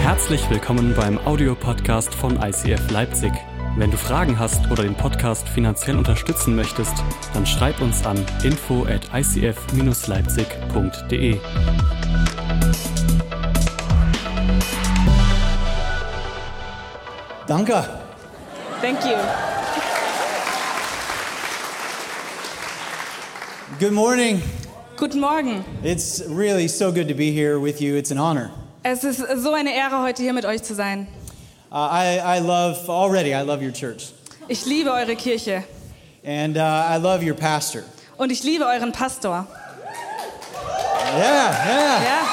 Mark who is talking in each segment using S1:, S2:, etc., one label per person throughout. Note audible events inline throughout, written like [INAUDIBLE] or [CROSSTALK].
S1: Herzlich willkommen beim Audiopodcast von ICF Leipzig. Wenn du Fragen hast oder den Podcast finanziell unterstützen möchtest, dann schreib uns an info at icf-leipzig.de.
S2: Danke.
S3: Thank you.
S2: Good morning.
S3: Guten Morgen.
S2: It's really so good to be here with you. It's an honor.
S3: Es ist so eine Ehre, heute hier mit euch zu sein.
S2: Uh, I, I love, already, I love your church.
S3: Ich liebe eure Kirche
S2: And uh, I love your pastor.
S3: und ich liebe euren Pastor.
S2: Yeah, yeah.
S3: Ja?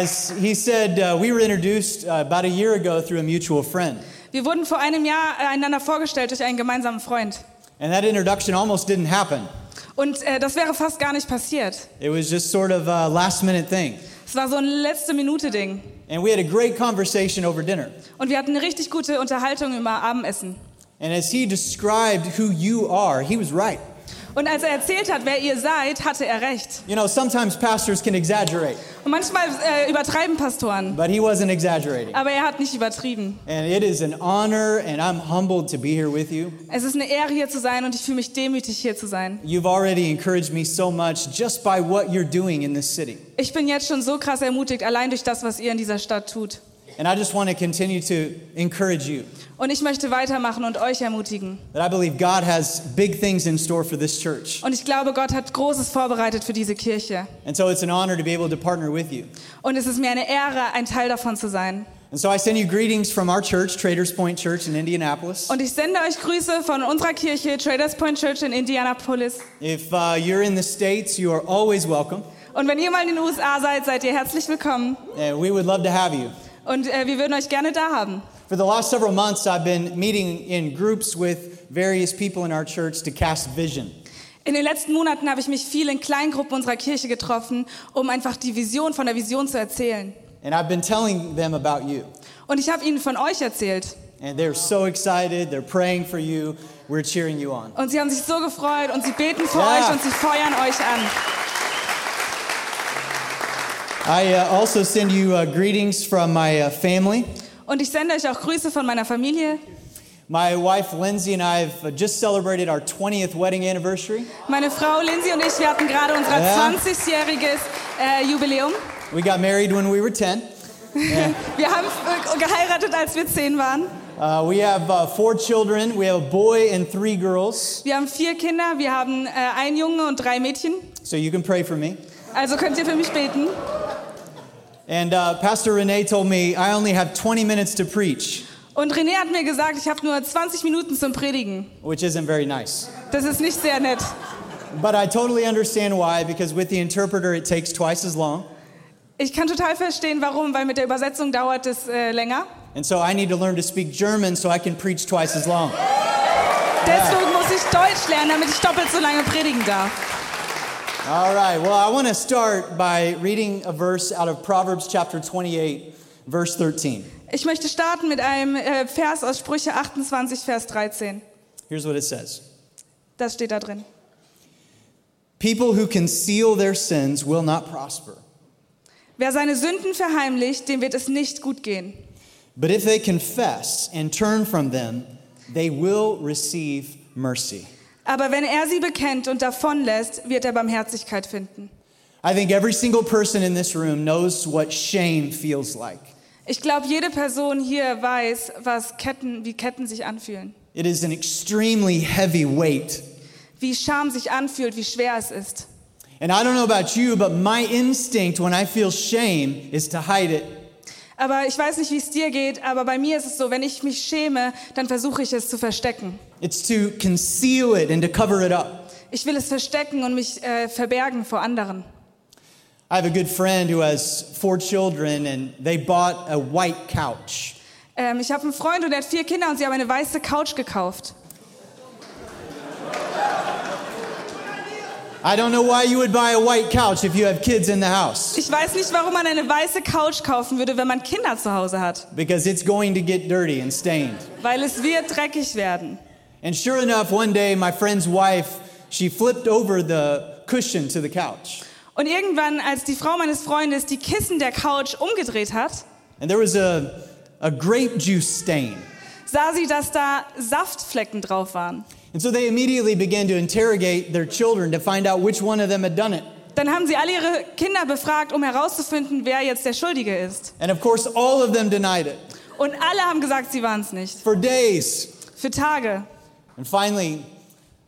S2: As he said, uh, we were introduced uh, about a year ago through a mutual friend.
S3: Wir wurden vor einem Jahr äh, einander vorgestellt durch einen gemeinsamen Freund.
S2: And that introduction almost didn't happen.
S3: Und äh, das wäre fast gar nicht passiert.
S2: It was just sort of a last minute thing.
S3: Es war so ein letzte Minute Ding.
S2: And we had a great conversation over dinner.
S3: Und wir hatten eine richtig gute Unterhaltung über Abendessen.
S2: And as he described who you are, he was right.
S3: Und als er erzählt hat, wer ihr seid, hatte er recht.
S2: You know, sometimes pastors can exaggerate,
S3: Und manchmal äh, übertreiben Pastoren,
S2: but he wasn't exaggerating.
S3: aber er hat nicht übertrieben.
S2: And it is an honor, and I'm humbled to be here with you.
S3: Es ist eine Ehre, hier zu sein und ich fühle mich demütig, hier zu sein.
S2: You've already encouraged me so much just by what you're doing in this city.
S3: Ich bin jetzt schon so krass ermutigt, allein durch das, was ihr in dieser Stadt tut.
S2: And I just want to continue to encourage you
S3: Und ich möchte weitermachen und euch ermutigen.
S2: that I believe God has big things in store for this church.
S3: Und ich glaube, Gott hat Großes vorbereitet für diese Kirche.
S2: And so it's an honor to be able to partner with you.
S3: Und es ist mir eine Ehre, ein Teil davon zu sein.
S2: And so I send you greetings from our church, Traders Point Church in Indianapolis.
S3: Und ich sende euch Grüße von unserer Kirche, Traders Point Church in Indianapolis.
S2: If uh, you're in the States, you are always welcome,
S3: Und wenn ihr mal in den USA seid, seid ihr herzlich willkommen.
S2: and we would love to have you.
S3: Und äh, wir würden euch gerne da haben.
S2: For the last several months, I've been meeting in groups with various people in our church to cast vision.
S3: In den letzten Monaten habe ich mich viel in Kleingruppen unserer Kirche getroffen, um einfach die Vision von der Vision zu erzählen.
S2: And I've been telling them about you.
S3: Und ich habe ihnen von euch erzählt.
S2: And they're so excited. They're praying for you. We're cheering you on.
S3: Und sie haben sich so gefreut und sie beten für
S2: Ja.
S3: euch und sie feuern euch an.
S2: I uh, also send you uh, greetings from my uh, family.
S3: Und ich sende euch auch Grüße von meiner Familie.
S2: My wife Lindsay and I have uh, just celebrated our 20th wedding anniversary.
S3: Meine Frau Lindsay und ich, wir hatten gerade unser
S2: Ja.
S3: 20-jähriges äh, Jubiläum.
S2: We got married when we were 10.
S3: Wir haben äh, geheiratet, als wir zehn waren.
S2: Uh, we have uh, four children. We have a boy and three girls.
S3: Wir haben vier Kinder, wir haben äh, einen Jungen und drei Mädchen.
S2: So you can pray for me.
S3: Also könnt ihr für mich beten.
S2: And uh, Pastor Renee told me I only have 20 minutes to preach,
S3: Und René hat mir gesagt, ich habe nur 20 Minuten zum Predigen.
S2: which isn't very nice.
S3: Das ist nicht sehr nett.
S2: But I totally understand why, because with the interpreter, it takes twice as long.
S3: Ich kann total verstehen, warum, weil mit der Übersetzung dauert es äh, länger.
S2: And so I need to learn to speak German so I can preach twice as long.
S3: Deswegen muss ich Deutsch lernen, damit ich doppelt so lange predigen darf.
S2: All right, well, I want to start by reading a verse out of Proverbs chapter 28, verse 13.
S3: Ich möchte starten mit einem äh, Vers aus Sprüche 28, Vers 13.
S2: Here's what it says
S3: Das steht da drin.
S2: People who conceal their sins will not prosper,
S3: Wer seine Sünden verheimlicht, dem wird es nicht gut gehen.
S2: but if they confess and turn from them, they will receive mercy.
S3: Aber wenn er sie bekennt und davonlässt, wird er Barmherzigkeit finden.
S2: I think every single person in this room knows what shame feels like.
S3: Ich glaube, jede Person hier weiß, was Ketten, wie Ketten sich anfühlen,
S2: It is an extremely heavy weight
S3: wie Scham sich anfühlt, wie schwer es ist.
S2: And I don't know about you, but my instinct when I feel shame is to hide it.
S3: Aber ich weiß nicht, wie es dir geht, aber bei mir ist es so, wenn ich mich schäme, dann versuche ich es zu verstecken.
S2: It's to conceal it and to cover it up.
S3: Ich will es verstecken und mich äh, verbergen vor anderen.
S2: I have a good friend who has four children and they bought a white couch.
S3: Ähm, ich habe einen Freund und er hat vier Kinder und sie haben eine weiße Couch gekauft.
S2: I don't know why you would buy a white couch if you have kids in the house
S3: Ich weiß nicht, warum man eine weiße Couch kaufen würde, wenn man Kinder zu Hause hat,
S2: because it's going to get dirty and stained.
S3: weil es wird dreckig werden.
S2: And sure enough, one day my friend's wife, she flipped over the cushion to the couch.
S3: Und irgendwann, als die Frau meines Freundes die Kissen der Couch umgedreht hat,
S2: and there was a, a grape juice stain.
S3: sah sie, dass da Saftflecken drauf waren.
S2: And so they immediately began to interrogate their children to find out which one of them had done it.
S3: Dann haben sie alle ihre Kinder befragt, um herauszufinden, wer jetzt der Schuldige ist.
S2: And of course, all of them denied it
S3: Und alle haben gesagt, sie waren es nicht.
S2: for days.
S3: Für Tage.
S2: And finally,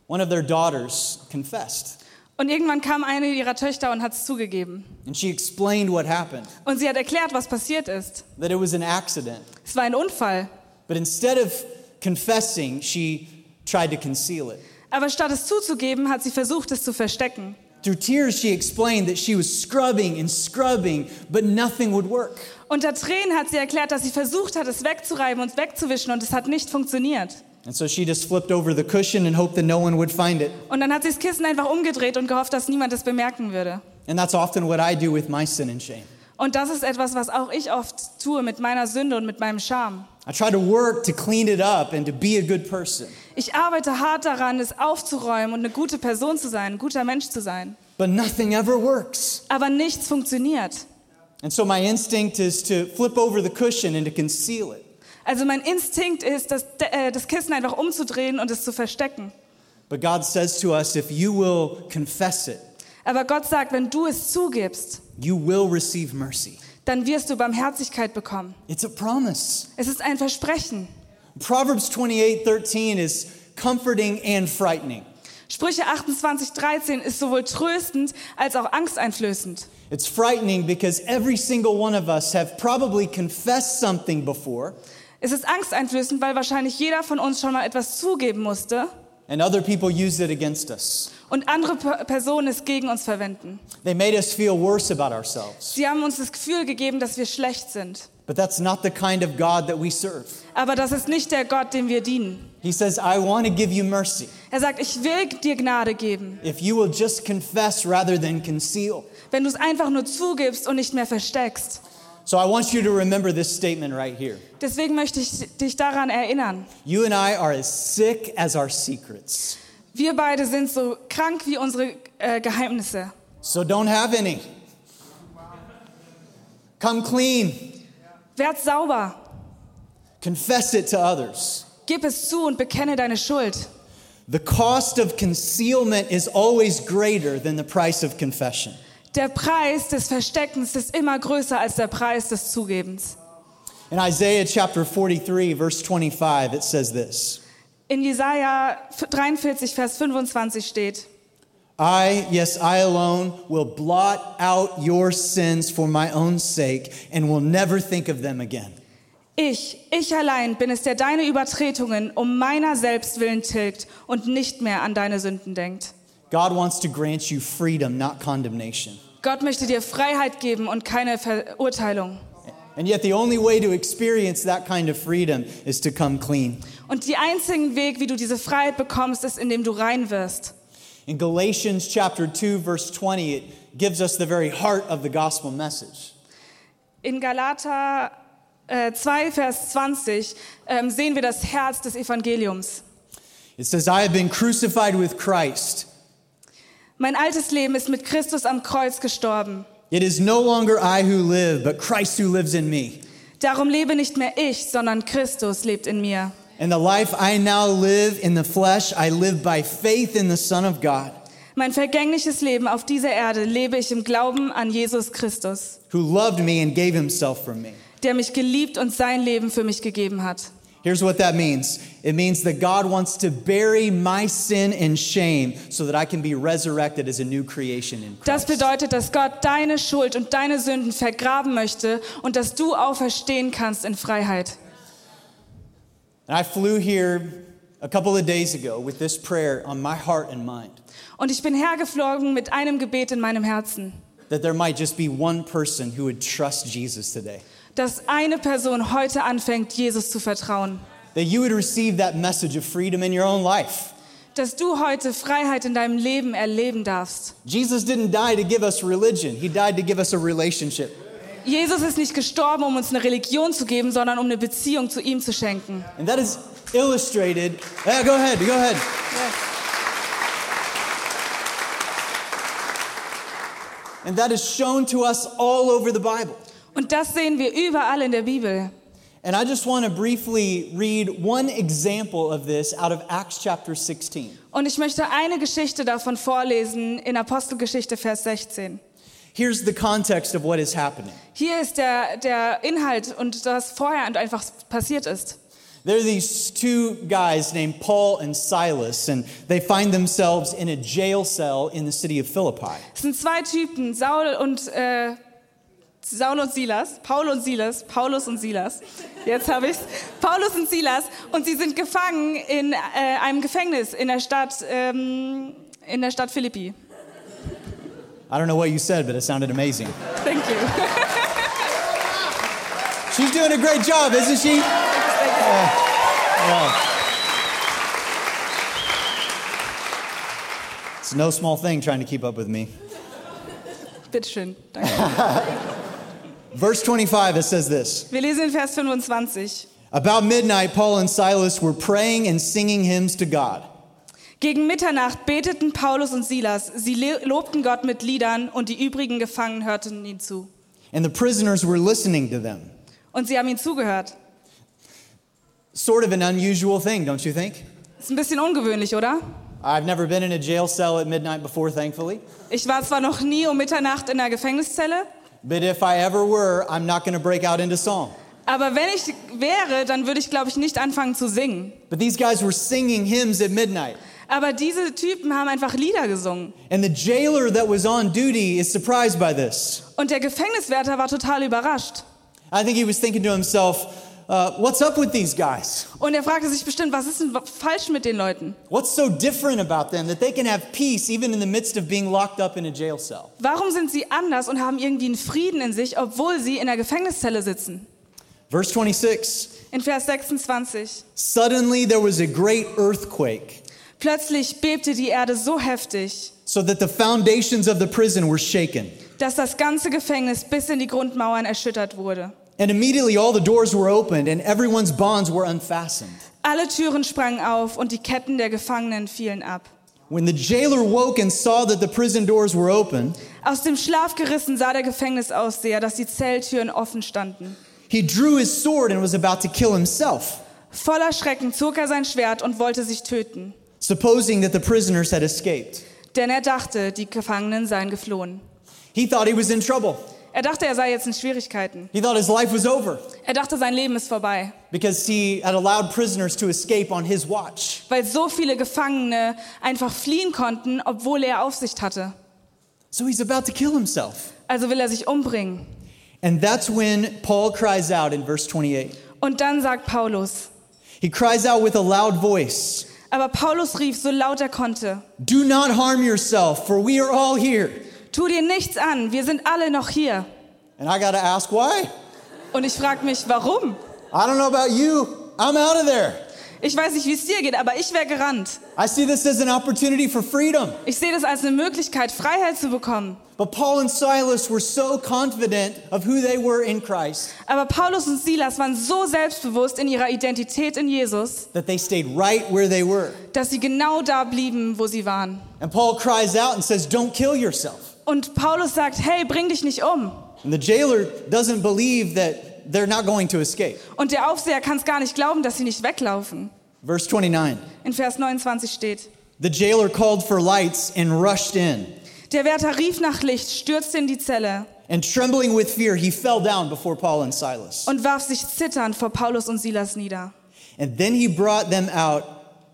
S2: one of their daughters confessed.
S3: Und irgendwann kam eine ihrer Töchter und hat es zugegeben.
S2: And she explained what happened
S3: Und sie hat erklärt, was passiert ist.
S2: that it was an accident.
S3: Es war ein Unfall.
S2: But instead of confessing, she tried to conceal it.
S3: Aber statt es zuzugeben, hat sie versucht, es zu verstecken.
S2: Through tears, she explained that she was scrubbing and scrubbing, but nothing would work.
S3: Unter Tränen hat sie erklärt, dass sie versucht hat, es wegzureiben und wegzuwischen und es hat nicht funktioniert.
S2: And so she just flipped over the cushion and hoped that no one would find it.
S3: Und dann hat sie das Kissen einfach umgedreht und gehofft, dass niemand es bemerken würde.
S2: And that's often what I do with my sin and shame.
S3: Und das ist etwas, was auch ich oft tue mit meiner Sünde und mit meinem Scham.
S2: I try to work to clean it up and to be a good person.
S3: Ich arbeite hart daran, es aufzuräumen und eine gute Person zu sein, ein guter Mensch zu sein.
S2: But nothing ever works.
S3: Aber nichts funktioniert.
S2: And so my instinct is to flip over the cushion and to conceal it.
S3: Also mein Instinkt ist, das, äh, das Kissen einfach umzudrehen und es zu verstecken.
S2: But God says to us if you will confess it,
S3: Aber Gott sagt, wenn du es zugibst,
S2: you will receive mercy.
S3: dann wirst du Barmherzigkeit bekommen.
S2: It's a promise.
S3: Es ist ein Versprechen.
S2: Proverbs 28 13 is comforting and frightening.
S3: Sprüche 28, 13 ist sowohl tröstend als auch angsteinflößend.
S2: It's frightening because every single one of us have probably confessed something before,
S3: Es ist angsteinflößend, weil wahrscheinlich jeder von uns schon mal etwas zugeben musste
S2: and other people used it against us.
S3: und andere P- Personen es gegen uns verwenden.
S2: They made us feel worse about ourselves.
S3: Sie haben uns das Gefühl gegeben, dass wir schlecht sind.
S2: But that's not the kind of God that we serve.
S3: Aber das ist nicht der Gott, dem wir dienen.
S2: He says, I want to give you mercy
S3: Er sagt, ich will dir Gnade geben,
S2: if you will just confess rather than conceal.
S3: wenn du es einfach nur zugibst und nicht mehr versteckst.
S2: So I want you to remember this statement right here.
S3: Deswegen möchte ich dich daran erinnern.
S2: You and I are as sick as our secrets.
S3: Wir beide sind so krank wie unsere äh, Geheimnisse.
S2: So don't have any. Come clean,
S3: Werd sauber,
S2: confess it to others.
S3: gib es zu und bekenne deine Schuld.
S2: The cost of concealment is always greater than the price of confession.
S3: Der Preis des Versteckens ist immer größer als der Preis des Zugebens.
S2: In Isaiah chapter 43, verse 25, it says this
S3: In Jesaja 43, Vers 25 steht:
S2: I, yes, I alone, will blot out your sins for my own sake and will never think of them again.
S3: Ich, ich allein bin es, der deine Übertretungen um meiner selbst willen tilgt und nicht mehr an deine Sünden denkt.
S2: God wants to grant you freedom, not condemnation.
S3: Gott möchte dir Freiheit geben und keine Verurteilung.
S2: And yet, the only way to experience that kind of freedom is to come clean.
S3: Und die einzigen Weg, wie du diese Freiheit bekommst, ist, indem du rein wirst.
S2: In Galatians chapter 2, verse 20, it gives us the very heart of the gospel message.
S3: In Galater äh, 2, Vers 20 ähm, sehen wir das Herz des Evangeliums.
S2: It says, I have been crucified with Christ.
S3: Mein altes Leben ist mit Christus am Kreuz gestorben.
S2: It is no longer I who live, but Christ who lives in me.
S3: Darum lebe nicht mehr ich, sondern Christus lebt in mir.
S2: And the life I now live in the flesh, I live by faith in the Son of God,
S3: Mein vergängliches Leben auf dieser Erde lebe ich im Glauben an Jesus Christus,
S2: who loved me and gave himself for me.
S3: der mich geliebt und sein Leben für mich gegeben hat.
S2: Here's what that means it means that God wants to bury my sin and shame so that I can be resurrected as a new creation in
S3: Das
S2: Christ.
S3: bedeutet, dass Gott deine Schuld und deine Sünden vergraben möchte und dass du auferstehen kannst in Freiheit.
S2: and I flew here a couple of days ago with this prayer on my heart and mind
S3: Und ich bin hergeflogen mit einem Gebet in meinem Herzen,
S2: that there might just be one person who would trust Jesus today.
S3: dass eine Person heute anfängt, Jesus zu vertrauen,
S2: That you would receive that message of freedom in your own life.
S3: dass du heute Freiheit in deinem Leben erleben darfst.
S2: Jesus didn't die to give us religion, He died to give us a relationship.
S3: Jesus ist nicht gestorben, um uns eine Religion zu geben, sondern um eine Beziehung zu ihm zu schenken.
S2: And that is illustrated. Yeah, go ahead, go ahead. And that is shown to us all over the Bible.
S3: Und das sehen wir überall in der Bibel.
S2: And I just want to briefly read one example of this out of Acts chapter 16.
S3: Und ich möchte eine Geschichte davon vorlesen in Apostelgeschichte, Vers 16.
S2: Here's the context of what is happening.
S3: Hier ist der, der Inhalt und das vorher und einfach passiert ist.
S2: There are these two guys named Paul and Silas, and they find themselves in a jail cell in the city of Philippi.
S3: Es sind zwei Typen, Saul und äh, Saul und Silas, Paul und Silas, Paulus und Silas. Jetzt habe ich's. Paulus und Silas und sie sind gefangen in äh, einem Gefängnis in der Stadt ähm, in der Stadt Philippi.
S2: I don't know what you said, but it sounded amazing.
S3: Thank you.
S2: [LAUGHS] She's doing a great job, isn't she? It's no small thing trying to keep up with me.
S3: Bitteschön. Danke.
S2: Verse 25, it says this
S3: Wir lesen in Vers 25.
S2: About midnight, Paul and Silas were praying and singing hymns to God.
S3: Gegen Mitternacht beteten Paulus und Silas. Sie le- lobten Gott mit Liedern und die übrigen Gefangenen hörten ihnen zu.
S2: And the prisoners were listening to them.
S3: Und sie haben ihnen zugehört.
S2: Sort of an unusual thing, don't you think?
S3: Ist ein bisschen ungewöhnlich, oder?
S2: I've never been in a jail cell at midnight before, thankfully.
S3: Ich war zwar noch nie um Mitternacht in einer Gefängniszelle,
S2: But if I ever were, I'm not going to break out into song.
S3: aber wenn ich wäre, dann würde ich, glaube ich, nicht anfangen zu singen.
S2: But these guys were singing hymns at midnight.
S3: Aber diese Typen haben einfach Lieder gesungen.
S2: And the jailer that was on duty is surprised by this.
S3: Und der Gefängniswärter war total überrascht.
S2: I think he was thinking to himself, uh, what's up with these guys?
S3: Und er fragte sich bestimmt, was ist denn wa- falsch mit den Leuten?
S2: What's so different about them that they can have peace even in the midst of being locked up in a jail cell?
S3: Warum sind sie anders und haben irgendwie einen Frieden in sich, obwohl sie in der Gefängniszelle sitzen?
S2: Verse 26
S3: In Vers 26.
S2: Suddenly there was a great earthquake,
S3: Plötzlich bebte die Erde so heftig,
S2: so that the foundations of the prison were shaken.
S3: dass das ganze Gefängnis bis in die Grundmauern erschüttert wurde.
S2: And immediately all the doors were opened and everyone's bonds were unfastened.
S3: Alle Türen sprangen auf und die Ketten der Gefangenen fielen ab.
S2: When the jailer woke and saw that the prison doors were open,
S3: Aus dem Schlaf gerissen sah der Gefängnisausseher, dass die Zelltüren offen standen.
S2: he drew his sword and was about to kill himself,
S3: Voller Schrecken zog er sein Schwert und wollte sich töten,
S2: supposing that the prisoners had escaped.
S3: denn er dachte, die Gefangenen seien geflohen.
S2: He thought he was in trouble.
S3: Er dachte, er sei jetzt in Schwierigkeiten.
S2: He thought his life was over
S3: Er dachte, sein Leben ist vorbei,
S2: because he had allowed prisoners to escape on his watch.
S3: weil so viele Gefangene einfach fliehen konnten, obwohl er Aufsicht hatte.
S2: So he's about to kill himself.
S3: Also will er sich umbringen.
S2: And that's when Paul cries out in verse 28.
S3: Und dann sagt Paulus,
S2: He cries out with a loud voice
S3: aber Paulus rief so laut er konnte,
S2: Do not harm yourself, for we are all here.
S3: tu dir nichts an, wir sind alle noch hier.
S2: And I got to ask why?
S3: Und ich frage mich, warum?
S2: I don't know about you. I'm out of there.
S3: Ich weiß nicht, wie es dir geht, aber ich wäre gerannt.
S2: I see this as an opportunity for freedom.
S3: Ich sehe das als eine Möglichkeit, Freiheit zu bekommen.
S2: But Paul and Silas were so confident of who they were in Christ
S3: Aber Paulus und Silas waren so selbstbewusst in ihrer Identität in Jesus,
S2: that they stayed right where they were.
S3: dass sie genau da blieben, wo sie waren.
S2: And Paul cries out and says, Don't kill yourself.
S3: Und Paulus sagt, hey, bring dich nicht um.
S2: And the jailer doesn't believe that they're not going to escape.
S3: Und der Aufseher kann es gar nicht glauben, dass sie nicht weglaufen.
S2: Verse 29
S3: In Vers 29 steht,
S2: The jailer called for lights and rushed in.
S3: der Wärter rief nach Licht, stürzte in die Zelle
S2: And trembling with fear, he fell down before Paul and Silas.
S3: und warf sich zitternd vor Paulus und Silas nieder.
S2: And then he brought them out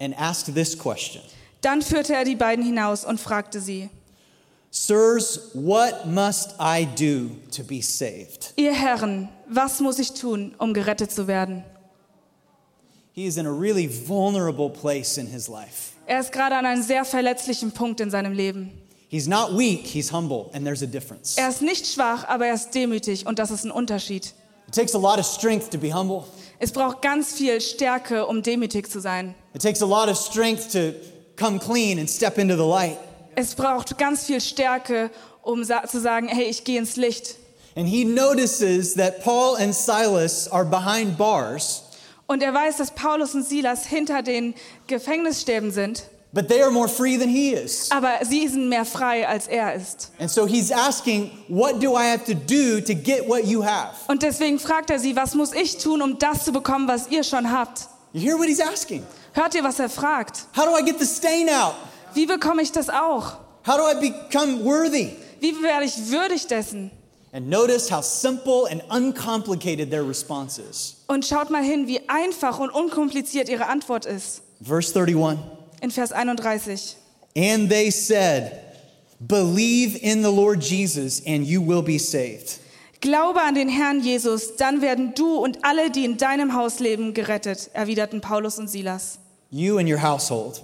S2: and asked this question
S3: Dann führte er die beiden hinaus und fragte sie,
S2: Sirs, what must I do to be saved?
S3: Ihr Herren, was muss ich tun, um gerettet zu werden?
S2: He is in a really vulnerable place in his life.
S3: Er ist gerade an einem sehr verletzlichen Punkt in seinem Leben.
S2: He's not weak, he's humble, and there's a difference.
S3: Er ist nicht schwach, aber er ist demütig und das ist ein Unterschied.
S2: It takes a lot of strength to be humble.
S3: Es braucht ganz viel Stärke, um demütig zu sein.
S2: It takes a lot of strength to come clean and step into the light.
S3: Es braucht ganz viel Stärke, um sa zu sagen, hey, ich gehe ins Licht.
S2: And he notices that Paul and Silas are behind bars
S3: Und er weiß, dass Paulus und Silas hinter den Gefängnisstäben sind,
S2: But they are more free than he is.
S3: Aber sie sind mehr frei, als er ist.
S2: And so he's asking, What do I have to do to get what you have?
S3: Und deswegen fragt er sie, was muss ich tun, um das zu bekommen, was ihr schon habt?
S2: You hear what he's asking?
S3: Hört ihr, was er fragt?
S2: How do I get the stain out?
S3: Wie bekomme ich das auch?
S2: How do I become worthy?
S3: Wie werde ich würdig dessen?
S2: And notice how simple and uncomplicated their response is.
S3: Und schaut mal hin, wie einfach und unkompliziert ihre Antwort ist.
S2: Verse 31
S3: In Vers 31.
S2: And they said, Believe in the Lord Jesus, and you will be saved.
S3: Glaube an den Herrn Jesus, dann werden du und alle, die in deinem Haus leben, gerettet, erwiderten Paulus und Silas.
S2: You and your household.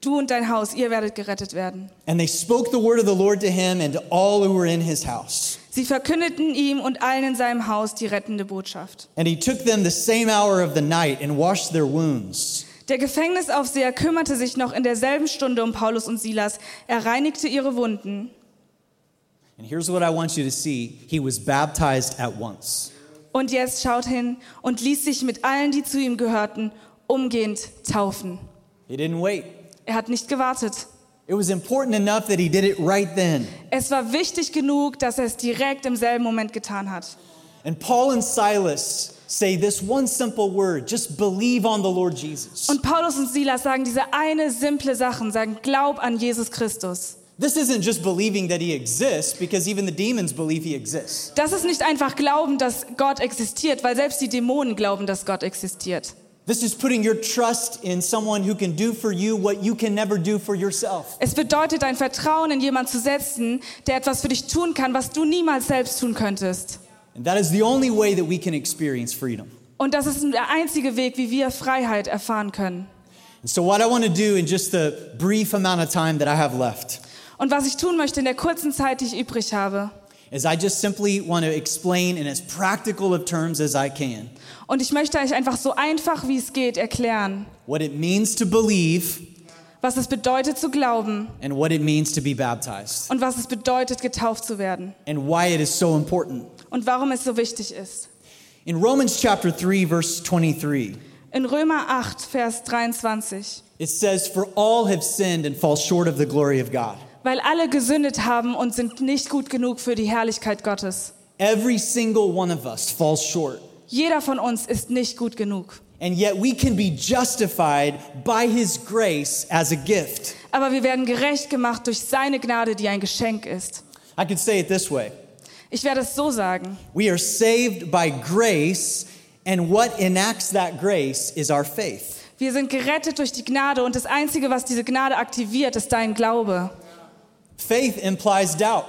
S3: Du und dein Haus, ihr werdet gerettet werden.
S2: And they spoke the word of the Lord to him and to all who were in his house.
S3: Sie verkündeten ihm und allen in seinem Haus die rettende Botschaft.
S2: And he took them the same hour of the night and washed their wounds.
S3: Der Gefängnisaufseher kümmerte sich noch in derselben Stunde um Paulus und Silas. Er reinigte ihre Wunden.
S2: And here's what I want you to see he was baptized at once.
S3: Und jetzt schaut hin und ließ sich mit allen, die zu ihm gehörten, umgehend taufen.
S2: He didn't wait.
S3: Er hat nicht gewartet.
S2: It was important enough that he did it right then.
S3: Es war wichtig genug, dass er es direkt im selben Moment getan hat.
S2: And Paul and Silas say this one simple word just believe on the Lord Jesus.
S3: Und Paulus und Silas sagen diese eine simple Sache, sagen, glaub an Jesus Christus.
S2: This isn't just believing that he exists, because even the demons believe he exists.
S3: Das ist nicht einfach glauben, dass Gott existiert, weil selbst die Dämonen glauben, dass Gott existiert.
S2: This is putting your trust in someone who can do for you what you can never do for yourself.
S3: Es bedeutet, dein Vertrauen in jemanden zu setzen, der etwas für dich tun kann, was du niemals selbst tun könntest.
S2: And that is the only way that we can experience freedom.
S3: Und das ist der einzige Weg, wie wir Freiheit erfahren können.
S2: And so, what I want to do in just the brief amount of time that I have left
S3: Und was ich tun möchte in der kurzen Zeit, die ich übrig habe.
S2: is I just simply want to explain in as practical of terms as I can
S3: Und ich möchte euch einfach so einfach, wie es geht, erklären,
S2: what it means to believe
S3: was es bedeutet zu glauben
S2: and what it means to be baptized
S3: und was es bedeutet, getauft zu werden
S2: and why it is so important.
S3: und warum es so wichtig ist.
S2: In Romans chapter 3, verse 23,
S3: In Römer 8, Vers 23.
S2: it says, For all have sinned and fall short of the glory of God.
S3: Weil alle gesündet haben und sind nicht gut genug für die Herrlichkeit Gottes.
S2: Every single one of us falls short.
S3: Jeder von uns ist nicht gut genug.
S2: And yet we can be justified by his grace as a gift.
S3: Aber wir werden gerecht gemacht durch seine Gnade, die ein Geschenk ist.
S2: I could say it this way
S3: Ich werde es so sagen.
S2: We are saved by grace, and what enacts that grace is our faith.
S3: Wir sind gerettet durch die Gnade und das Einzige, was diese Gnade aktiviert, ist dein Glaube.
S2: Faith implies doubt.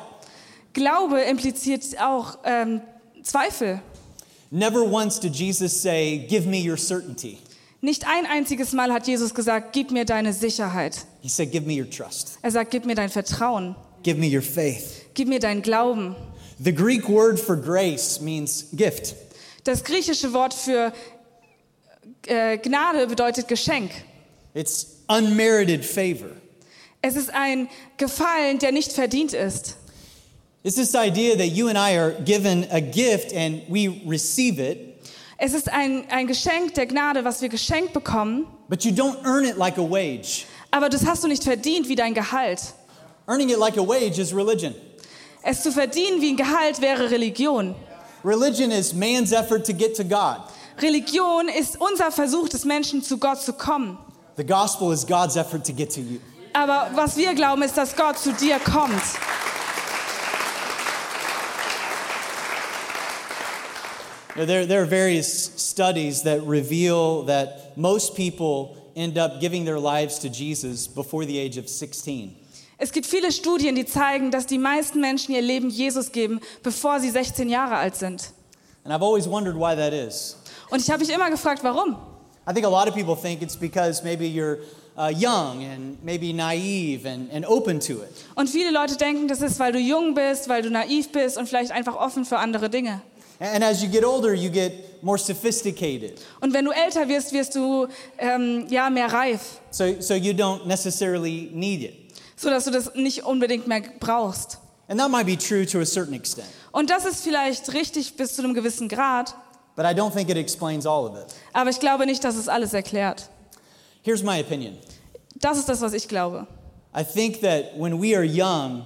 S3: Glaube impliziert auch ähm, Zweifel.
S2: Never once did Jesus say, Give me your certainty.
S3: Nicht ein einziges Mal hat Jesus gesagt, gib mir deine Sicherheit.
S2: He said, Give me your trust.
S3: Er sagt, gib mir dein Vertrauen,
S2: Give me your faith.
S3: gib mir deinen Glauben.
S2: The Greek word for grace means gift.
S3: Das griechische Wort für äh, Gnade bedeutet Geschenk.
S2: It's unmerited favor.
S3: Es ist ein Gefallen, der nicht verdient ist.
S2: It's this idea that you and I are given a gift and we receive it,
S3: Es ist ein, ein Geschenk der Gnade, was wir geschenkt bekommen,
S2: but you don't earn it like a wage.
S3: aber das hast du nicht verdient wie dein Gehalt.
S2: Earning it like a wage is religion.
S3: Es zu verdienen wie ein Gehalt wäre Religion.
S2: Religion is man's effort to get to God.
S3: Religion ist unser Versuch des Menschen, zu Gott zu kommen.
S2: The gospel is God's effort to get to you.
S3: Aber was wir glauben, ist, dass Gott zu dir kommt.
S2: You know, There, there are various studies that reveal that most people end up giving their lives to Jesus before the age of 16.
S3: Es gibt viele Studien, die zeigen, dass die meisten Menschen ihr Leben Jesus geben, bevor sie 16 Jahre alt sind.
S2: And I've always wondered why that is.
S3: Und ich habe mich immer gefragt, warum?
S2: I think a lot of people think it's because maybe you're uh, young and maybe naive and, and open to it.
S3: Und viele Leute denken, das ist, weil du jung bist, weil du naiv bist und vielleicht einfach offen für andere Dinge.
S2: And as you get older, you get more sophisticated.
S3: Und wenn du älter wirst, wirst du ähm, ja mehr reif,
S2: So, so you don't necessarily need it.
S3: so dass du das nicht unbedingt mehr brauchst.
S2: And that might be true to a certain extent,
S3: Und das ist vielleicht richtig bis zu einem gewissen Grad,
S2: but I don't think it explains all of it.
S3: aber ich glaube nicht, dass es alles erklärt.
S2: Here's my opinion
S3: Das ist das, was ich glaube.
S2: I think that when we are young,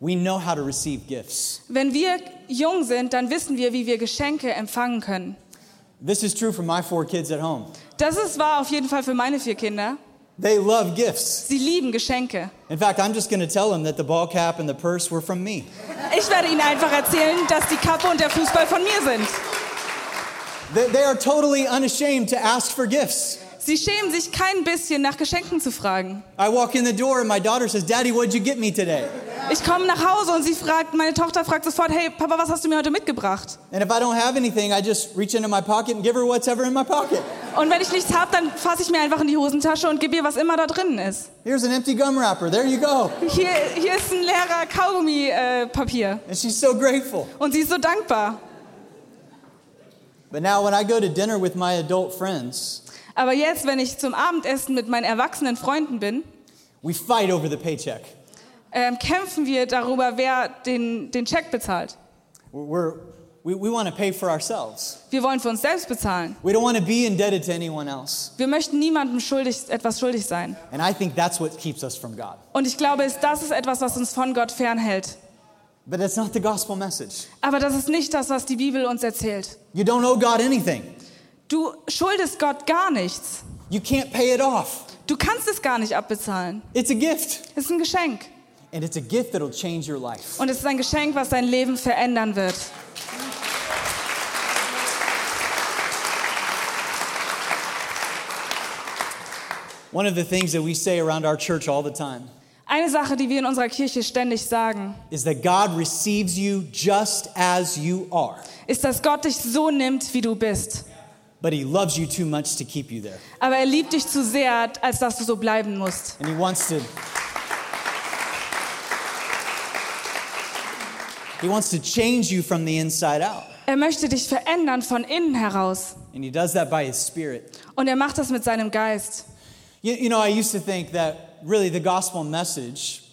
S2: we know how to receive gifts.
S3: Wenn wir jung sind, dann wissen wir, wie wir Geschenke empfangen können.
S2: This is true for my four kids at home.
S3: Das ist wahr auf jeden Fall für meine vier Kinder.
S2: They love gifts.
S3: Sie lieben Geschenke.
S2: In fact, I'm just going to tell them that the ball cap and the purse were from me.
S3: Ich werde Ihnen einfach erzählen, dass die Kappe und der Fußball von mir sind.
S2: They, they are totally unashamed to ask for gifts.
S3: Sie schämen sich kein bisschen, nach Geschenken zu fragen.
S2: I walk in the door and my daughter says, Daddy, what'd you get me today?
S3: Ich komme nach Hause und sie fragt, meine Tochter fragt sofort, hey Papa, was hast du mir heute mitgebracht?
S2: And if I don't have anything, I just reach into my pocket and give her what's ever in my pocket.
S3: Und wenn ich nichts habe, dann fasse ich mir einfach in die Hosentasche und gebe ihr, was immer da drinnen ist.
S2: Here's an empty gum wrapper. There you go.
S3: Hier, hier ist ein leerer Kaugummipapier. Äh, Papier.
S2: And she's so grateful.
S3: und sie ist so dankbar.
S2: But now when I go to dinner with my adult friends,
S3: Aber jetzt, wenn ich zum Abendessen mit meinen erwachsenen Freunden bin,
S2: we fight over the paycheck.
S3: ähm, kämpfen wir darüber, wer den, den Check bezahlt.
S2: We're, we, we want to pay for ourselves.
S3: Wir wollen für uns selbst bezahlen.
S2: We don't want to be indebted to anyone else.
S3: Wir möchten niemandem schuldig, etwas schuldig sein.
S2: And I think that's what keeps us from God.
S3: Und ich glaube, es- das ist etwas, was uns von Gott fernhält.
S2: But that's not the gospel message.
S3: Aber das ist nicht das, was die Bibel uns erzählt.
S2: You don't owe God anything.
S3: Du schuldest Gott gar nichts.
S2: You can't pay it off.
S3: Du kannst es gar nicht abbezahlen.
S2: It's a gift.
S3: Es ist ein Geschenk.
S2: And it's a gift that'll change your life.
S3: Und es ist ein Geschenk, was dein Leben verändern wird.
S2: One of the things that we say around our church all the time
S3: Eine Sache, die wir in unserer Kirche ständig sagen,
S2: is that God receives you just as you are,
S3: ist, dass Gott dich so nimmt, wie du bist.
S2: but He loves you too much to keep you there.
S3: Aber er liebt dich zu sehr, als dass du so bleiben musst.
S2: And He wants to. He wants to change you from the inside out.
S3: Er möchte dich verändern von innen heraus.
S2: And he does that by his spirit.
S3: Und er macht das mit seinem Geist.
S2: You, you know, I used to think that really the gospel message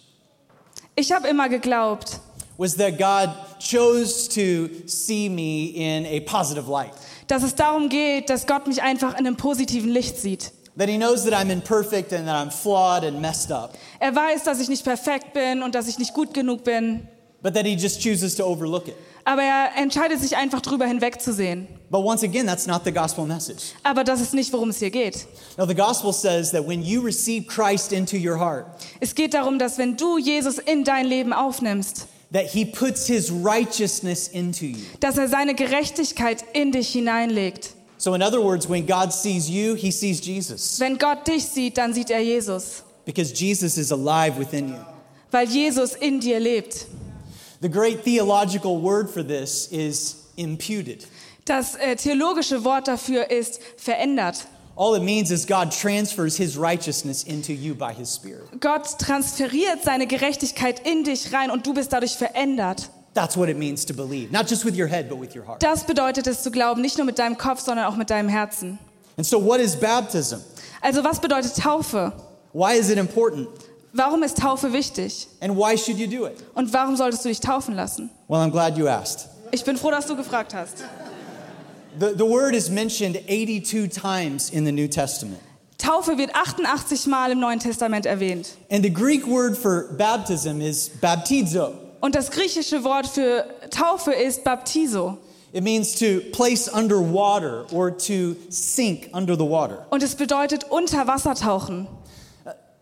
S3: Ich habe immer geglaubt,
S2: was that God chose to see me in a positive light.
S3: dass es darum geht, dass Gott mich einfach in einem positiven Licht sieht.
S2: That he knows that I'm imperfect and that I'm flawed and messed up,
S3: Er weiß, dass ich nicht perfekt bin und dass ich nicht gut genug bin.
S2: but that he just chooses to overlook it.
S3: Aber er entscheidet sich einfach drüber hinwegzusehen.
S2: But once again, that's not the gospel message.
S3: Aber das ist nicht, worum es hier geht.
S2: No, the gospel says that when you receive Christ into your heart,
S3: Es geht darum, dass wenn du Jesus in dein Leben aufnimmst,
S2: that he puts his righteousness into you.
S3: dass er seine Gerechtigkeit in dich hineinlegt.
S2: So, in other words, when God sees you, he sees Jesus
S3: Wenn Gott dich sieht, dann sieht er Jesus,
S2: because Jesus is alive within you.
S3: weil Jesus in dir lebt.
S2: The great theological word for this is imputed.
S3: Das äh, theologische Wort dafür ist verändert.
S2: All it means is God transfers his righteousness into you by his spirit.
S3: Gott transferiert seine Gerechtigkeit in dich rein und du bist dadurch verändert.
S2: That's what it means to believe, not just with your head, but with your heart.
S3: Das bedeutet es zu glauben, nicht nur mit deinem Kopf, sondern auch mit deinem Herzen.
S2: And so, what is baptism?
S3: Also was bedeutet Taufe?
S2: Why is it important?
S3: Warum ist Taufe wichtig?
S2: And why should you do it?
S3: Und warum solltest du dich taufen lassen?
S2: Well, I'm glad you asked.
S3: Ich bin froh, dass du gefragt hast.
S2: The, the word is mentioned 82 times in the New Testament.
S3: Taufe wird 88 Mal im Neuen Testament erwähnt.
S2: And the Greek word for baptism is baptizo.
S3: Und das griechische Wort für Taufe ist Baptiso.
S2: It means to place under water or to sink under the water.
S3: Und es bedeutet unter Wasser tauchen.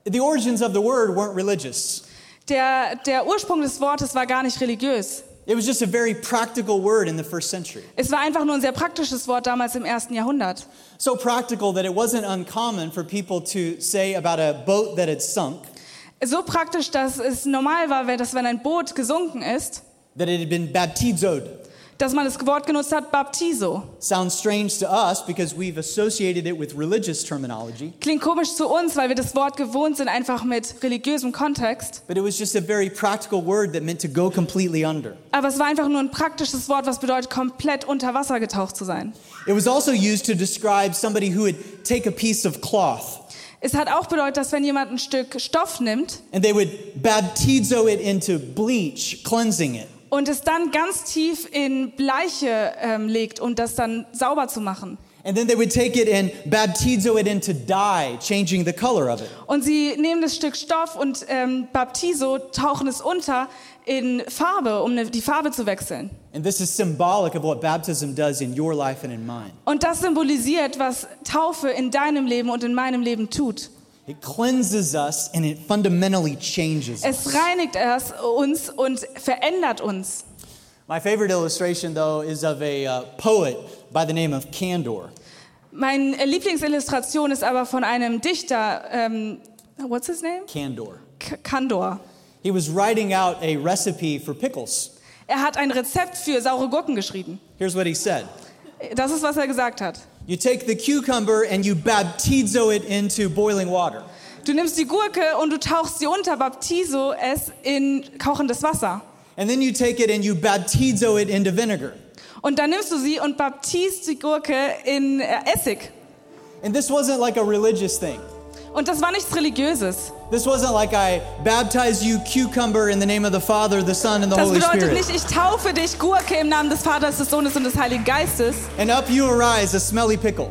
S2: The origins of the word weren't religious.
S3: Der, der Ursprung des Wortes war gar nicht religiös.
S2: It was just a very practical word in the first century.
S3: Es war einfach nur ein sehr praktisches Wort damals im ersten Jahrhundert.
S2: So practical that it wasn't uncommon for people to say about a boat that had sunk
S3: So praktisch, dass es normal war, wenn- dass wenn ein Boot gesunken ist,
S2: that it had been baptizoed.
S3: dass man das Wort genutzt hat, Baptiso.
S2: Sounds strange to us because we've associated it with religious terminology,
S3: Klingt komisch zu uns, weil wir das Wort gewohnt sind, einfach mit religiösem Kontext.
S2: but it was just a very practical word that meant to go completely under.
S3: Aber es war einfach nur ein praktisches Wort, was bedeutet, komplett unter Wasser getaucht zu sein.
S2: It was also used to describe somebody who would take a piece of cloth
S3: Es hat auch bedeutet, dass wenn jemand ein Stück Stoff nimmt
S2: and they would baptizo it into bleach, cleansing it.
S3: und es dann ganz tief in Bleiche ähm, legt, um das dann sauber zu machen.
S2: And then they would take it and baptizo it into dye, changing the color of it.
S3: Und sie nehmen das Stück Stoff und ähm, Baptiso tauchen es unter in Farbe, um ne, die Farbe zu wechseln.
S2: And this is symbolic of what baptism does in your life and in mine.
S3: Und das symbolisiert, was Taufe in deinem Leben und in meinem Leben tut.
S2: It cleanses us and it fundamentally changes us.
S3: Es reinigt es uns und verändert uns.
S2: My favorite illustration, though, is of a uh, poet by the name of Candor.
S3: Meine Lieblingsillustration ist aber von einem Dichter, ähm, what's his name?
S2: Candor.
S3: K Kandor.
S2: He was writing out a recipe for pickles.
S3: Er hat ein Rezept für saure Gurken geschrieben.
S2: Here's what he said
S3: Das ist, was er gesagt hat.
S2: You take the cucumber and you baptizo it into boiling water.
S3: Du nimmst die Gurke und du tauchst sie unter, baptiso es in kochendes Wasser.
S2: And then you take it and you baptizo it into vinegar.
S3: Und dann nimmst du sie und baptist die Gurke in äh, Essig.
S2: And this wasn't like a religious thing.
S3: Und das war nichts Religiöses.
S2: This wasn't like I baptize you cucumber in the name of the Father, the Son, and the
S3: Das
S2: Holy
S3: bedeutet
S2: Spirit.
S3: nicht, ich taufe dich Gurke im Namen des Vaters, des Sohnes und des Heiligen Geistes.
S2: And up you arise, a smelly pickle.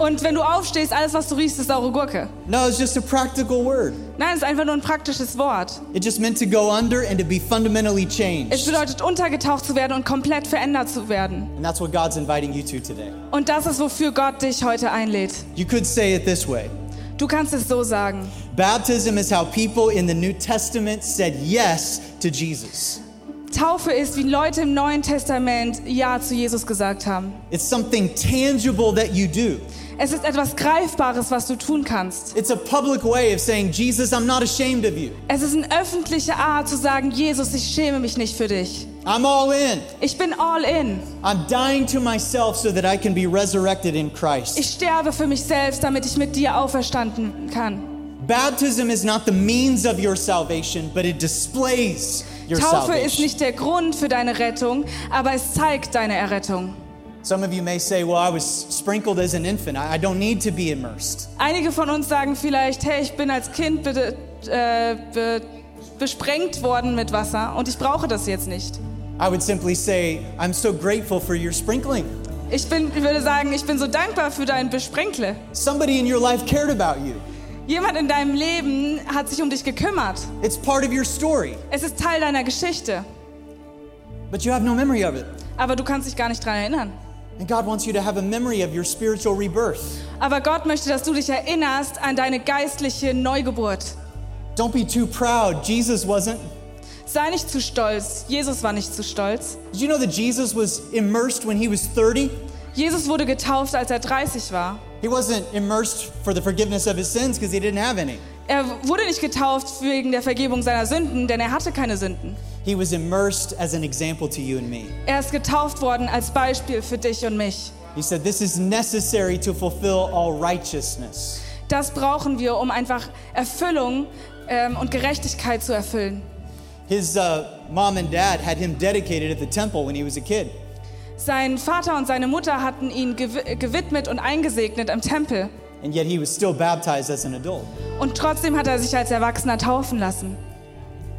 S3: Und wenn du aufstehst, alles, was du riechst, ist saure Gurke.
S2: No, it's just a practical word.
S3: Nein, es ist einfach nur ein praktisches Wort.
S2: It just meant to go under and to be fundamentally
S3: Es
S2: changed.
S3: bedeutet, untergetaucht zu werden und komplett verändert zu werden.
S2: And that's what God's inviting you to today.
S3: Und das ist, wofür Gott dich heute einlädt.
S2: You could say it this way
S3: Du kannst es so sagen.
S2: Baptism is how people in the New Testament said yes to Jesus.
S3: Taufe ist, wie Leute im Neuen Testament Ja zu Jesus gesagt haben.
S2: It's something tangible that you do.
S3: Es ist etwas Greifbares, was du tun kannst.
S2: It's a public way of saying, Jesus, I'm not ashamed of you.
S3: Es ist eine öffentliche Art zu sagen, Jesus, ich schäme mich nicht für dich.
S2: I'm all in.
S3: Ich bin all in.
S2: I'm dying to myself so that I can be resurrected in Christ.
S3: Ich sterbe für mich selbst, damit ich mit dir auferstanden kann.
S2: Baptism is not the means of your salvation, but it displays your
S3: Taufe ist
S2: salvation.
S3: nicht der Grund für deine Rettung, aber es zeigt deine Errettung.
S2: Some of you may say, Well, I was sprinkled as an infant. I I don't need to be immersed.
S3: Einige von uns sagen vielleicht, hey, ich bin als Kind be äh, be besprengt worden mit Wasser und ich brauche das jetzt nicht.
S2: I would simply say, I'm so grateful for your sprinkling.
S3: Ich bin, ich würde sagen, ich bin so dankbar für dein Besprenkle.
S2: Somebody in your life cared about you.
S3: Jemand in deinem Leben hat sich um dich gekümmert.
S2: It's part of your story,
S3: Es ist Teil deiner Geschichte,
S2: but you have no memory of it.
S3: aber du kannst dich gar nicht daran erinnern.
S2: And God wants you to have a memory of your spiritual rebirth.
S3: Aber Gott möchte, dass du dich erinnerst an deine geistliche Neugeburt.
S2: Don't be too proud. Jesus wasn't.
S3: Sei nicht zu stolz. Jesus war nicht zu stolz.
S2: Did you know that Jesus was immersed when he was 30?
S3: Jesus wurde getauft, als er 30 war.
S2: He wasn't immersed for the forgiveness of his sins because he didn't have any.
S3: Er wurde nicht getauft wegen der Vergebung seiner Sünden, denn er hatte keine Sünden.
S2: He was immersed as an example to you and me.
S3: Er ist getauft worden als Beispiel für dich und mich.
S2: He said, This is necessary to fulfill all righteousness.
S3: Das brauchen wir, um einfach Erfüllung ähm, und Gerechtigkeit zu erfüllen.
S2: His uh, mom and dad had him dedicated at the temple when he was a kid.
S3: Sein Vater und seine Mutter hatten ihn gew gewidmet und eingesegnet im Tempel.
S2: And yet he was still baptized as an adult.
S3: Und trotzdem hat er sich als Erwachsener taufen lassen.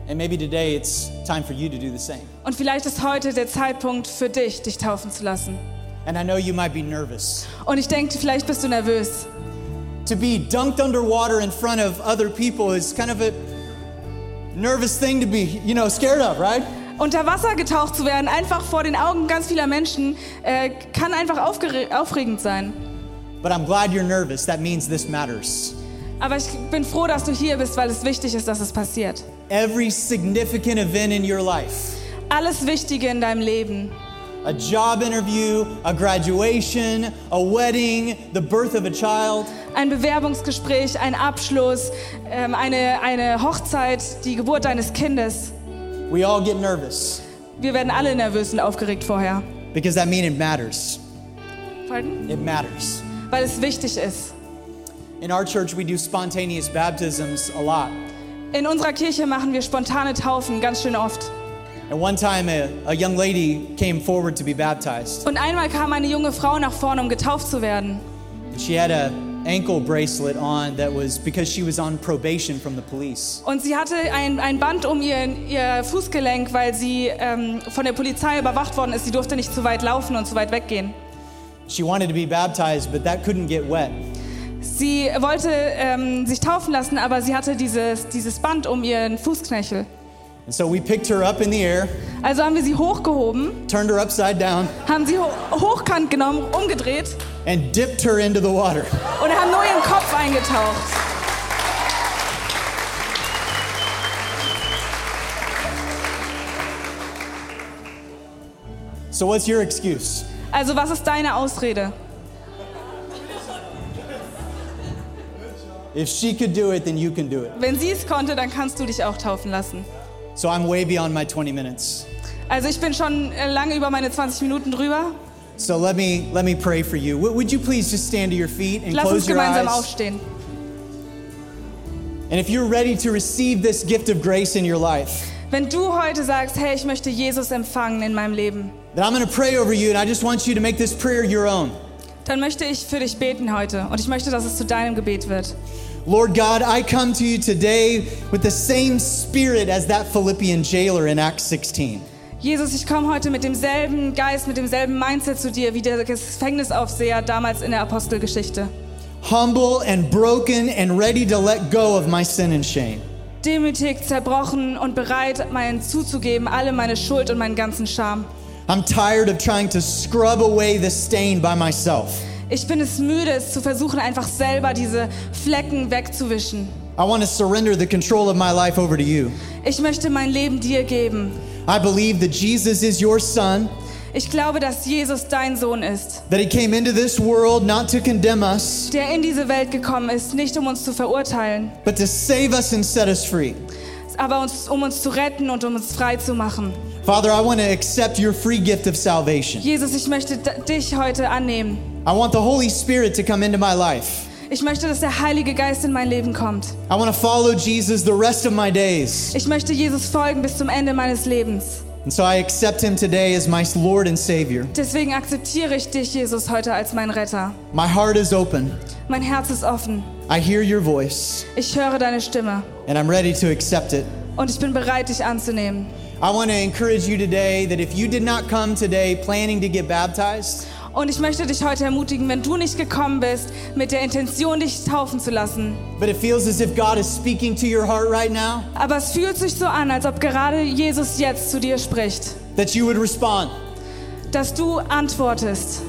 S2: And maybe today it's time for you to do the same.
S3: Und vielleicht ist heute der Zeitpunkt für dich, dich taufen zu lassen.
S2: And I know you might be nervous.
S3: Und ich denke, vielleicht bist du nervös.
S2: To be dunked underwater in front of other people is kind of a nervous thing to be, you know, scared of, right?
S3: Unter Wasser getaucht zu werden, einfach vor den Augen ganz vieler Menschen, äh, kann einfach aufgere- aufregend sein.
S2: But I'm glad you're nervous. That means this matters.
S3: Aber ich bin froh, dass du hier bist, weil es wichtig ist, dass es passiert.
S2: Every significant event in your life
S3: Alles Wichtige in deinem Leben,
S2: a job interview, a graduation, a wedding, the birth of a child
S3: ein Bewerbungsgespräch, ein Abschluss, ähm, eine, eine Hochzeit, die Geburt deines Kindes.
S2: we all get nervous
S3: Wir werden alle nervös und aufgeregt vorher.
S2: because that means it matters.
S3: Pardon?
S2: It matters.
S3: Weil es wichtig ist.
S2: In our church, we do spontaneous baptisms a lot.
S3: In unserer Kirche machen wir spontane Taufen ganz schön oft.
S2: And one time, a, a young lady came forward to be baptized,
S3: Und einmal kam eine junge Frau nach vorne, um getauft zu werden.
S2: and she had a ankle bracelet on that was because she was on probation from the police.
S3: Und sie hatte ein, ein Band um ihr, ihr Fußgelenk, weil sie ähm, von der Polizei überwacht worden ist. Sie durfte nicht zu weit laufen und zu weit weggehen.
S2: She wanted to be baptized, but that couldn't get wet.
S3: Sie wollte ähm, sich taufen lassen, aber sie hatte dieses, dieses Band um ihren Fußknöchel.
S2: And so we picked her up in the air,
S3: Also haben wir sie hochgehoben,
S2: turned her upside down,
S3: haben sie ho hochkant genommen, umgedreht
S2: and dipped her into the water.
S3: und haben nur ihren Kopf eingetaucht.
S2: So, what's your excuse?
S3: Also was ist deine Ausrede?
S2: If she could do it, then you can do it.
S3: Wenn sie es konnte, dann kannst du dich auch taufen lassen.
S2: So, I'm way beyond my 20 minutes.
S3: Also ich bin schon äh, lange über meine 20 Minuten drüber.
S2: So, let me, let me pray for you. Would would you please just stand to your feet and
S3: Lass uns
S2: close your
S3: gemeinsam
S2: eyes?
S3: aufstehen.
S2: And if you're ready to receive this gift of grace in your life,
S3: Wenn du heute sagst, hey, ich möchte Jesus empfangen in meinem Leben,
S2: then I'm going to pray over you, and I just want you to make this prayer your own.
S3: dann möchte ich für dich beten heute und ich möchte, dass es zu deinem Gebet wird.
S2: Lord God, I come to you today with the same spirit as that Philippian jailer in Acts 16.
S3: Jesus, ich komme heute mit demselben Geist, mit demselben Mindset zu dir, wie der Gefängnisaufseher damals in der Apostelgeschichte.
S2: Humble and broken and ready to let go of my sin and shame.
S3: Demütig, zerbrochen und bereit, meinen zuzugeben, alle meine Schuld und meinen ganzen Scham.
S2: I'm tired of trying to scrub away the stain by myself.
S3: Ich bin es müde, es zu versuchen, einfach selber diese Flecken wegzuwischen.
S2: I want to surrender the control of my life over to you.
S3: Ich möchte mein Leben dir geben.
S2: I believe that Jesus is your son,
S3: Ich glaube, dass Jesus dein Sohn ist,
S2: that he came into this world not to condemn us,
S3: der in diese Welt gekommen ist, nicht um uns zu verurteilen,
S2: but to save us and set us free.
S3: aber uns, um uns zu retten und um uns frei zu machen.
S2: Father, I want to accept your free gift of salvation.
S3: Jesus, ich möchte d- dich heute annehmen.
S2: I want the Holy Spirit to come into my life.
S3: Ich möchte, dass der Heilige Geist in mein Leben kommt.
S2: I want to follow Jesus the rest of my days.
S3: Ich möchte Jesus folgen bis zum Ende meines Lebens.
S2: And so I accept him today as my Lord and Savior.
S3: Deswegen akzeptiere ich dich, Jesus, heute als mein Retter.
S2: My heart is open.
S3: Mein Herz ist offen.
S2: I hear your voice
S3: Ich höre deine Stimme
S2: and I'm ready to accept it.
S3: und ich bin bereit, dich anzunehmen.
S2: I want to encourage you today that if you did not come today planning to get baptized,
S3: Und ich möchte dich heute ermutigen, wenn du nicht gekommen bist, mit der Intention, dich taufen zu lassen.
S2: but it feels as if God is speaking to your heart right now,
S3: Aber es fühlt sich so an, als ob gerade Jesus jetzt zu dir spricht,
S2: that you would respond.
S3: dass du antwortest.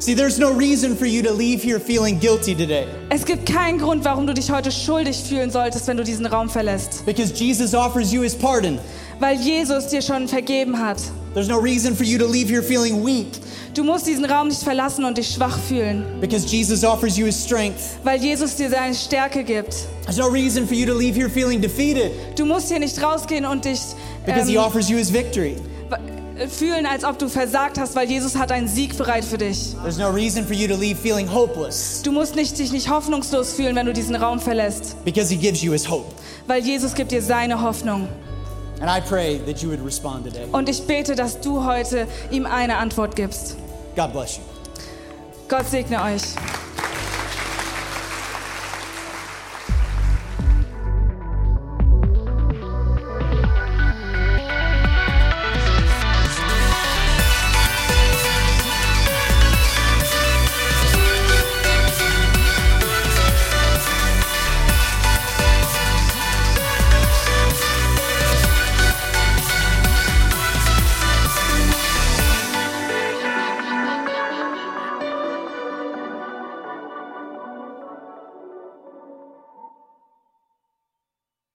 S2: See, there's no reason for you to leave here feeling guilty today
S3: Es gibt keinen Grund, warum du dich heute schuldig fühlen solltest, wenn du diesen Raum verlässt,
S2: because Jesus offers you his pardon.
S3: weil Jesus dir schon vergeben hat.
S2: There's no reason for you to leave here feeling weak
S3: Du musst diesen Raum nicht verlassen und dich schwach fühlen,
S2: because Jesus offers you his strength.
S3: weil Jesus dir seine Stärke gibt.
S2: There's no reason for you to leave here feeling defeated
S3: Du musst hier nicht rausgehen und dich
S2: because he
S3: ähm,
S2: offers you his victory.
S3: w- fühlen, als ob du versagt hast, weil Jesus hat einen Sieg bereit für dich.
S2: There's no reason for you to leave feeling hopeless
S3: Du musst nicht, dich nicht hoffnungslos fühlen, wenn du diesen Raum verlässt,
S2: because he gives you his hope.
S3: weil Jesus gibt dir seine Hoffnung.
S2: And I pray that you would respond today.
S3: Und ich bete, dass du heute ihm eine Antwort gibst.
S2: God bless you.
S3: Gott segne euch.